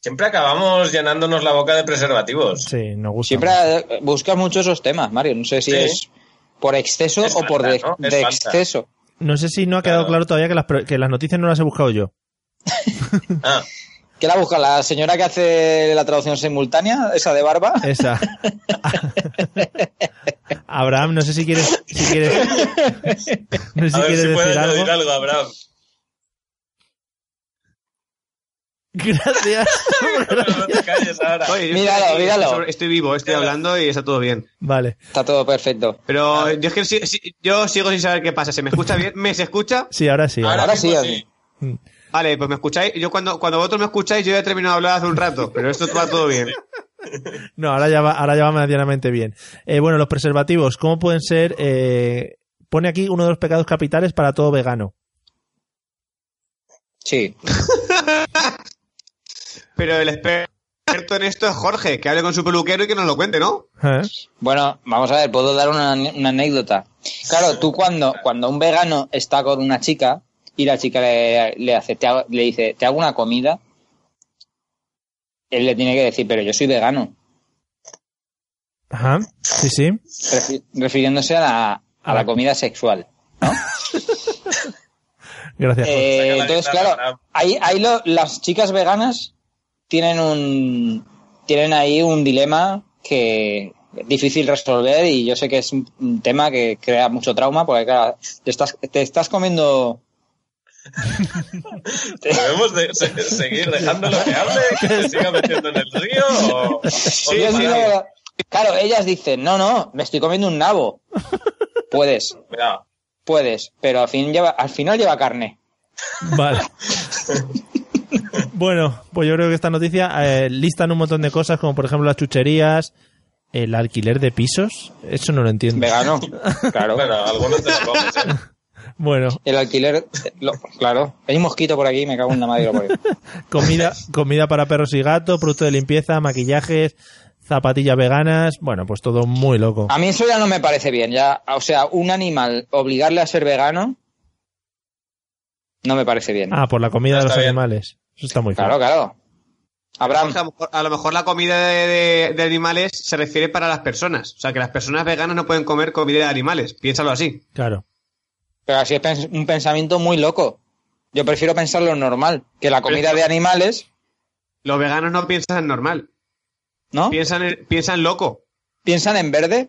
[SPEAKER 4] Siempre acabamos llenándonos la boca de preservativos.
[SPEAKER 3] Sí, nos gusta.
[SPEAKER 5] Siempre eh, buscas mucho esos temas, Mario. No sé si
[SPEAKER 4] Sí.
[SPEAKER 5] es por exceso
[SPEAKER 4] Es
[SPEAKER 5] o por
[SPEAKER 4] falta,
[SPEAKER 5] de,
[SPEAKER 4] ¿no? Es
[SPEAKER 5] de
[SPEAKER 4] falta.
[SPEAKER 5] exceso.
[SPEAKER 3] No sé si no ha quedado
[SPEAKER 4] Claro.
[SPEAKER 3] claro, todavía que las, pro- que las noticias no las he buscado yo.
[SPEAKER 4] Ah,
[SPEAKER 5] ¿Qué la busca? ¿La señora que hace la traducción simultánea? ¿Esa de barba?
[SPEAKER 3] Esa. Abraham, no sé si quieres, si quieres, no sé si
[SPEAKER 4] a ver
[SPEAKER 3] quieres
[SPEAKER 4] si puedes
[SPEAKER 3] decir algo.
[SPEAKER 4] añadir algo, Abraham.
[SPEAKER 3] Gracias.
[SPEAKER 4] Pero no te calles ahora.
[SPEAKER 6] Oye, yo
[SPEAKER 5] Míralo,
[SPEAKER 6] estoy,
[SPEAKER 5] míralo.
[SPEAKER 6] estoy sobre- Estoy vivo, estoy hablando y está todo bien.
[SPEAKER 3] Vale.
[SPEAKER 5] Está todo perfecto.
[SPEAKER 6] Pero yo, es que si- si- yo sigo sin saber qué pasa. ¿Se me escucha bien? ¿Me se escucha?
[SPEAKER 3] Sí, ahora sí.
[SPEAKER 4] Ahora,
[SPEAKER 5] Ahora
[SPEAKER 4] mismo
[SPEAKER 5] sí,
[SPEAKER 4] sí.
[SPEAKER 6] Vale, pues me escucháis. Yo cuando, cuando vosotros me escucháis, yo ya he terminado de hablar hace un rato, pero esto va todo bien.
[SPEAKER 3] No, ahora ya va, ahora ya va medianamente bien. Eh, bueno, los preservativos, ¿cómo pueden ser? Eh, pone aquí uno de los pecados capitales para todo vegano.
[SPEAKER 5] Sí.
[SPEAKER 6] Pero el experto en esto es Jorge, que hable con su peluquero y que nos lo cuente, ¿no?
[SPEAKER 3] ¿Eh?
[SPEAKER 5] Bueno, vamos a ver, puedo dar una, una anécdota. Claro, tú cuando, cuando un vegano está con una chica y la chica le, le hace, te hago- le dice, te hago una comida, él le tiene que decir, pero yo soy vegano.
[SPEAKER 3] Ajá. Sí, sí.
[SPEAKER 5] refi- refiriéndose a la, a la comida sexual.
[SPEAKER 3] Gracias. Jorge.
[SPEAKER 5] Eh,
[SPEAKER 4] Saca la
[SPEAKER 5] entonces,
[SPEAKER 4] guitarra,
[SPEAKER 5] claro, ahí, ahí lo- las chicas veganas tienen un tienen ahí un dilema que es difícil resolver y yo sé que es un, un tema que crea mucho trauma porque claro, te estás, te estás comiendo
[SPEAKER 4] ¿Debemos de- se- seguir dejándolo que hable? ¿Que se siga metiendo en el río? O, o
[SPEAKER 5] Yo
[SPEAKER 4] no,
[SPEAKER 5] digo,
[SPEAKER 4] para-
[SPEAKER 5] claro, ellas dicen, no, no, me estoy comiendo un nabo. puedes,
[SPEAKER 4] Cuidado.
[SPEAKER 5] puedes, pero al, fin lleva, al final lleva carne.
[SPEAKER 3] Vale. bueno, pues yo creo que esta noticia eh, listan un montón de cosas, como por ejemplo las chucherías, el alquiler de pisos. Eso no lo entiendo.
[SPEAKER 5] Vegano, claro.
[SPEAKER 4] Bueno, algunos te lo comes, ¿eh?
[SPEAKER 3] Bueno,
[SPEAKER 5] El alquiler, lo- claro. Hay un mosquito por aquí, me cago en la madre. que lo parió.
[SPEAKER 3] comida, comida para perros y gatos, productos de limpieza, maquillajes, zapatillas veganas. Bueno, pues todo muy loco.
[SPEAKER 5] A mí eso ya no me parece bien. Ya, o sea, un animal obligarle a ser vegano no me parece bien.
[SPEAKER 3] Ah, por la comida de
[SPEAKER 4] Está
[SPEAKER 3] los
[SPEAKER 4] bien.
[SPEAKER 3] animales. Eso está muy
[SPEAKER 5] claro,
[SPEAKER 3] claro.
[SPEAKER 5] claro. Abraham,
[SPEAKER 6] Jorge, a, lo mejor, a lo mejor la comida de, de- de animales se refiere para las personas. O sea, que las personas veganas no pueden comer comida de animales. Piénsalo así.
[SPEAKER 3] Claro.
[SPEAKER 5] pero así es pens- un pensamiento muy loco. Yo prefiero pensar lo normal, que la comida de animales,
[SPEAKER 6] Los veganos no piensan normal.
[SPEAKER 5] ¿no?
[SPEAKER 6] Piensan, en- piensan loco.
[SPEAKER 5] Piensan en verde.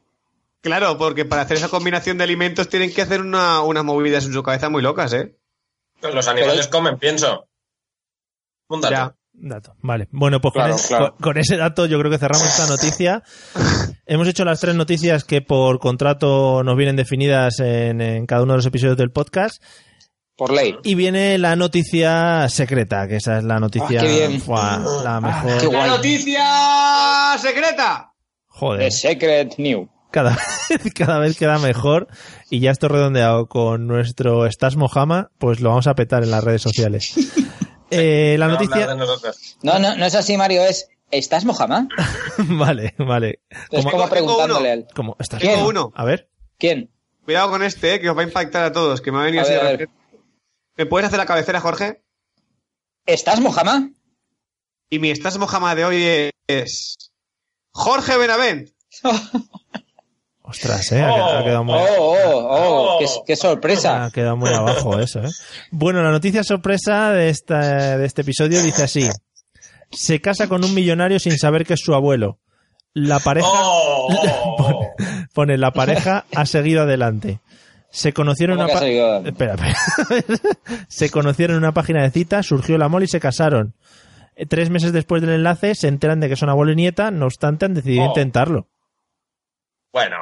[SPEAKER 6] Claro, porque para hacer esa combinación de alimentos tienen que hacer una- unas movidas en su cabeza muy locas, ¿eh?
[SPEAKER 4] Los animales comen, pienso. Un dato.
[SPEAKER 6] Ya.
[SPEAKER 3] Dato. Vale. Bueno, pues con,
[SPEAKER 7] Claro,
[SPEAKER 3] es-
[SPEAKER 7] claro.
[SPEAKER 3] con- con ese dato yo creo que cerramos esta noticia. Hemos hecho las tres noticias que por contrato nos vienen definidas en, en cada uno de los episodios del podcast.
[SPEAKER 5] Por ley.
[SPEAKER 3] Y viene la noticia secreta, que esa es la noticia.
[SPEAKER 5] Ah, qué bien.
[SPEAKER 3] Buah, la mejor.
[SPEAKER 5] qué
[SPEAKER 6] ¡La
[SPEAKER 5] guay.
[SPEAKER 6] noticia secreta!
[SPEAKER 3] Joder.
[SPEAKER 5] The Secret New.
[SPEAKER 3] Cada, vez- cada vez queda mejor. Y ya esto redondeado con nuestro Estás Mojama, pues lo vamos a petar en las redes sociales. Eh, la
[SPEAKER 4] No hablar
[SPEAKER 3] noticia.
[SPEAKER 4] de nosotros.
[SPEAKER 5] No, no, no es así, Mario, es. ¿Estás Mohamed?
[SPEAKER 3] Vale, vale.
[SPEAKER 5] Es como
[SPEAKER 6] Tengo- tengo
[SPEAKER 5] preguntándole
[SPEAKER 6] uno.
[SPEAKER 5] al.
[SPEAKER 3] ¿Cómo? ¿Estás
[SPEAKER 5] Tengo
[SPEAKER 3] bien?
[SPEAKER 6] uno.
[SPEAKER 3] A ver.
[SPEAKER 5] ¿Quién?
[SPEAKER 6] Cuidado con este, eh, que os va a impactar a todos, que me ha venido
[SPEAKER 5] A
[SPEAKER 6] así
[SPEAKER 5] ver,
[SPEAKER 6] de
[SPEAKER 5] a ver.
[SPEAKER 6] repente. ¿Me puedes hacer la cabecera, Jorge?
[SPEAKER 5] ¿Estás Mohamed?
[SPEAKER 6] Y mi estás mojama de hoy es... Jorge Benavent.
[SPEAKER 3] Ostras, eh. Ha quedado, ha quedado
[SPEAKER 5] Oh,
[SPEAKER 3] muy,
[SPEAKER 5] oh, oh,
[SPEAKER 4] Oh.
[SPEAKER 5] qué, qué sorpresa.
[SPEAKER 3] ha quedado muy abajo eso, eh. Bueno, la noticia sorpresa de, esta, de este episodio dice así: Se casa con un millonario sin saber que es su abuelo. La pareja.
[SPEAKER 4] Oh, oh, oh.
[SPEAKER 3] Pone, la pareja ha seguido adelante. Se conocieron en
[SPEAKER 5] ¿Cómo
[SPEAKER 3] una
[SPEAKER 5] que ha
[SPEAKER 3] pa-
[SPEAKER 5] salido?
[SPEAKER 3] Espera, espera. se conocieron en una página de citas, surgió el amor y se casaron. Eh, Tres meses después del enlace se enteran de que son abuelo y nieta, no obstante han decidido
[SPEAKER 4] Oh.
[SPEAKER 3] intentarlo.
[SPEAKER 4] Bueno,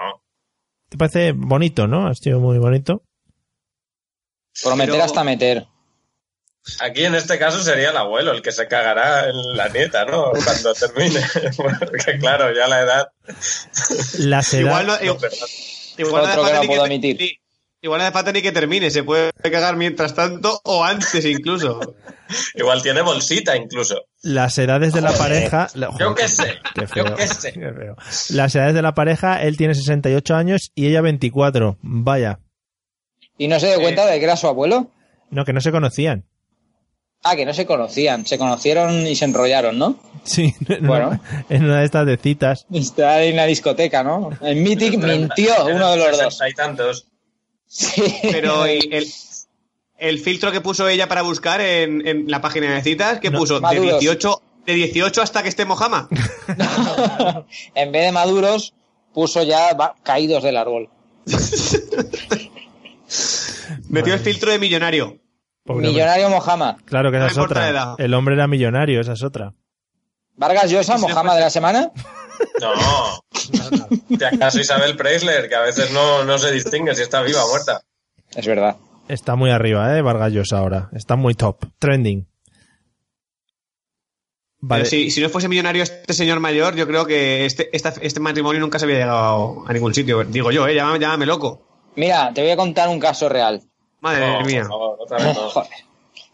[SPEAKER 3] ¿Te parece bonito, no? Ha sido muy bonito.
[SPEAKER 5] Prometer
[SPEAKER 6] Pero-
[SPEAKER 5] hasta meter.
[SPEAKER 4] aquí en este caso sería el abuelo el que se cagará en la nieta, ¿no? Cuando termine. Porque claro, ya la edad.
[SPEAKER 3] Las
[SPEAKER 6] Igual no,
[SPEAKER 3] edades,
[SPEAKER 6] igu- igual no hace
[SPEAKER 5] Otro que
[SPEAKER 6] falta
[SPEAKER 5] no
[SPEAKER 6] ni que
[SPEAKER 5] puedo
[SPEAKER 6] te-
[SPEAKER 5] admitir.
[SPEAKER 6] ni- Igual no hace falta ni que termine, se puede cagar mientras tanto o antes incluso.
[SPEAKER 4] Igual tiene bolsita incluso.
[SPEAKER 3] las edades de la pareja. la-
[SPEAKER 4] Yo
[SPEAKER 3] joder,
[SPEAKER 4] qué sé.
[SPEAKER 3] qué feo,
[SPEAKER 4] Yo qué sé.
[SPEAKER 3] qué feo. Las edades de la pareja, él tiene 68 años y ella 24. Vaya.
[SPEAKER 5] ¿Y no se dio cuenta de que era su abuelo?
[SPEAKER 3] No, que no se conocían.
[SPEAKER 5] Ah, que no se conocían. Se conocieron y se enrollaron, ¿no?
[SPEAKER 3] Sí, en,
[SPEAKER 5] Bueno.
[SPEAKER 3] una, en una de estas de citas.
[SPEAKER 5] Está en la discoteca, ¿no? En Mythic mintió uno de los dos.
[SPEAKER 4] Sesenta y tantos.
[SPEAKER 5] Sí.
[SPEAKER 6] Pero eh, y el, el filtro que puso ella para buscar en, en la página de citas, que
[SPEAKER 3] No.
[SPEAKER 6] puso de
[SPEAKER 5] Maduros.
[SPEAKER 6] 18, de 18 hasta que esté mojama.
[SPEAKER 5] en vez de maduros, puso ya va- caídos del árbol.
[SPEAKER 6] Metió el filtro de millonario.
[SPEAKER 3] Pobre hombre.
[SPEAKER 5] Millonario Mojama.
[SPEAKER 3] Claro que
[SPEAKER 6] No
[SPEAKER 3] esa
[SPEAKER 6] me
[SPEAKER 3] es
[SPEAKER 6] importa
[SPEAKER 3] otra.
[SPEAKER 6] la edad.
[SPEAKER 3] El hombre era millonario, esa es otra.
[SPEAKER 5] Vargas Llosa,
[SPEAKER 6] Sí, sí,
[SPEAKER 5] Mojama
[SPEAKER 6] pues-
[SPEAKER 5] de la semana.
[SPEAKER 4] No. ¿Te acaso Isabel Preisler? Que a veces no, no se distingue si está viva o muerta.
[SPEAKER 5] Es verdad.
[SPEAKER 3] Está muy arriba, ¿eh? Vargas Llosa ahora. Está muy top. Trending. Vale.
[SPEAKER 6] Pero Si, si no fuese millonario este señor mayor, yo creo que este, esta- este matrimonio nunca se había llegado a ningún sitio. Digo yo, eh, llámame, llámame loco.
[SPEAKER 5] Mira, te voy a contar un caso real.
[SPEAKER 6] Madre
[SPEAKER 5] Oh,
[SPEAKER 4] No,
[SPEAKER 6] mía.
[SPEAKER 4] por favor, otra vez no.
[SPEAKER 5] Joder.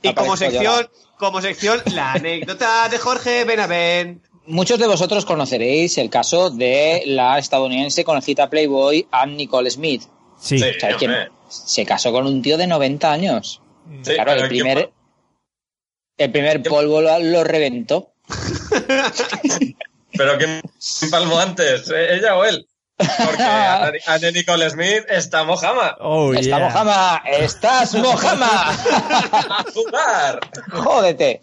[SPEAKER 6] Y
[SPEAKER 5] Aparezco
[SPEAKER 6] como
[SPEAKER 5] yo
[SPEAKER 6] sección,
[SPEAKER 5] ahora.
[SPEAKER 6] como sección, la anécdota de Jorge Benavent.
[SPEAKER 5] Muchos de vosotros conoceréis el caso de la estadounidense conocida Playboy Ann Nicole Smith.
[SPEAKER 3] sí.
[SPEAKER 4] Sí.
[SPEAKER 5] ¿Sabes quién?
[SPEAKER 4] hombre.
[SPEAKER 5] Se casó con un tío de 90 años.
[SPEAKER 4] Sí,
[SPEAKER 5] claro,
[SPEAKER 4] pero
[SPEAKER 5] el
[SPEAKER 4] ¿qué
[SPEAKER 5] primer, el primer
[SPEAKER 4] ¿Qué-
[SPEAKER 5] polvo lo, lo reventó.
[SPEAKER 4] ¿Pero quién palmó antes? ¿eh? ¿Ella o él? Porque Anne Anne Nicole Smith está mojama.
[SPEAKER 3] Oh,
[SPEAKER 5] ¡Está
[SPEAKER 3] yeah.
[SPEAKER 5] Mojama! ¡Estás Mojama!
[SPEAKER 4] ¡A jugar!
[SPEAKER 5] ¡Jódete!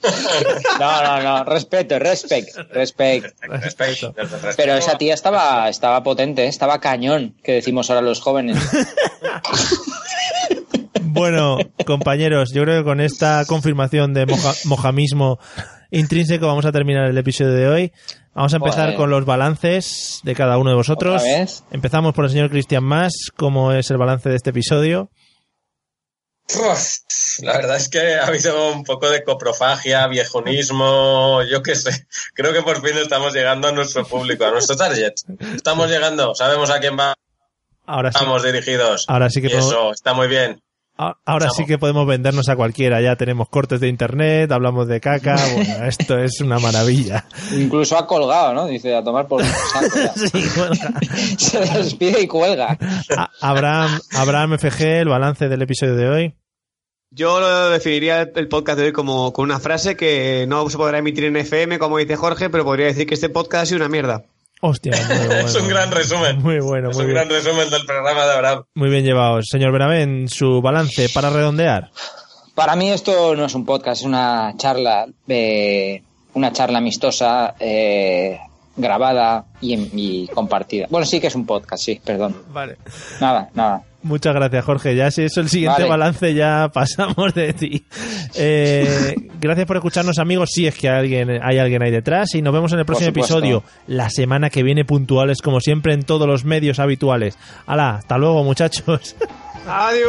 [SPEAKER 5] No, no, no. Respeto, respect, respect.
[SPEAKER 4] Respeto. desde el respeto.
[SPEAKER 5] Pero esa tía estaba, estaba potente, ¿eh? estaba cañón, que decimos ahora los jóvenes.
[SPEAKER 3] Bueno, compañeros, yo creo que con esta confirmación de moja- mojamismo intrínseco vamos a terminar el episodio de hoy. Vamos a empezar
[SPEAKER 5] Joder.
[SPEAKER 3] con los balances de cada uno de vosotros.
[SPEAKER 5] ¿Otra vez?
[SPEAKER 3] Empezamos por el señor Cristian Más. ¿Cómo es el balance de este episodio?
[SPEAKER 4] Uf, La verdad es que ha habido un poco de coprofagia, viejonismo, yo qué sé. Creo que por fin estamos llegando a nuestro público, a nuestro target. Estamos llegando, sabemos a quién va-
[SPEAKER 3] Ahora sí,
[SPEAKER 4] vamos dirigidos.
[SPEAKER 3] ahora sí que
[SPEAKER 4] Y eso, está muy bien.
[SPEAKER 3] A- Ahora sí que podemos vendernos a cualquiera. Ya tenemos cortes de internet, hablamos de caca. Bueno, esto es una maravilla.
[SPEAKER 5] Incluso ha colgado, ¿no? Dice, a tomar por saco ya.
[SPEAKER 3] Sí, bueno.
[SPEAKER 5] Se despide y cuelga.
[SPEAKER 3] A- Abraham, Abraham FG, el balance del episodio de hoy.
[SPEAKER 6] Yo lo definiría el, el podcast de hoy como con una frase que no se podrá emitir en FM, como dice Jorge, pero podría decir que este podcast ha sido una mierda.
[SPEAKER 3] Hostia, muy bueno.
[SPEAKER 4] Es un gran resumen.
[SPEAKER 3] Muy bueno,
[SPEAKER 4] es
[SPEAKER 3] muy
[SPEAKER 4] un
[SPEAKER 3] bien.
[SPEAKER 4] gran resumen del programa de Abraham.
[SPEAKER 3] Muy bien llevado. Señor Benavent, su balance para redondear.
[SPEAKER 5] Para mí esto no es un podcast, es una charla, eh, una charla amistosa, eh, grabada y, y compartida. Bueno, sí que es un podcast, sí, perdón.
[SPEAKER 3] Vale.
[SPEAKER 5] Nada, nada.
[SPEAKER 3] Muchas gracias, Jorge. Ya si eso el siguiente
[SPEAKER 5] Vale.
[SPEAKER 3] balance, ya pasamos de ti. Eh, gracias por escucharnos, amigos. Si es que alguien, hay alguien ahí detrás. Y nos vemos en el próximo
[SPEAKER 5] supuesto.
[SPEAKER 3] episodio, la semana que viene, puntuales, como siempre, en todos los medios habituales. Hala, hasta luego, muchachos.
[SPEAKER 6] ¡Adiós!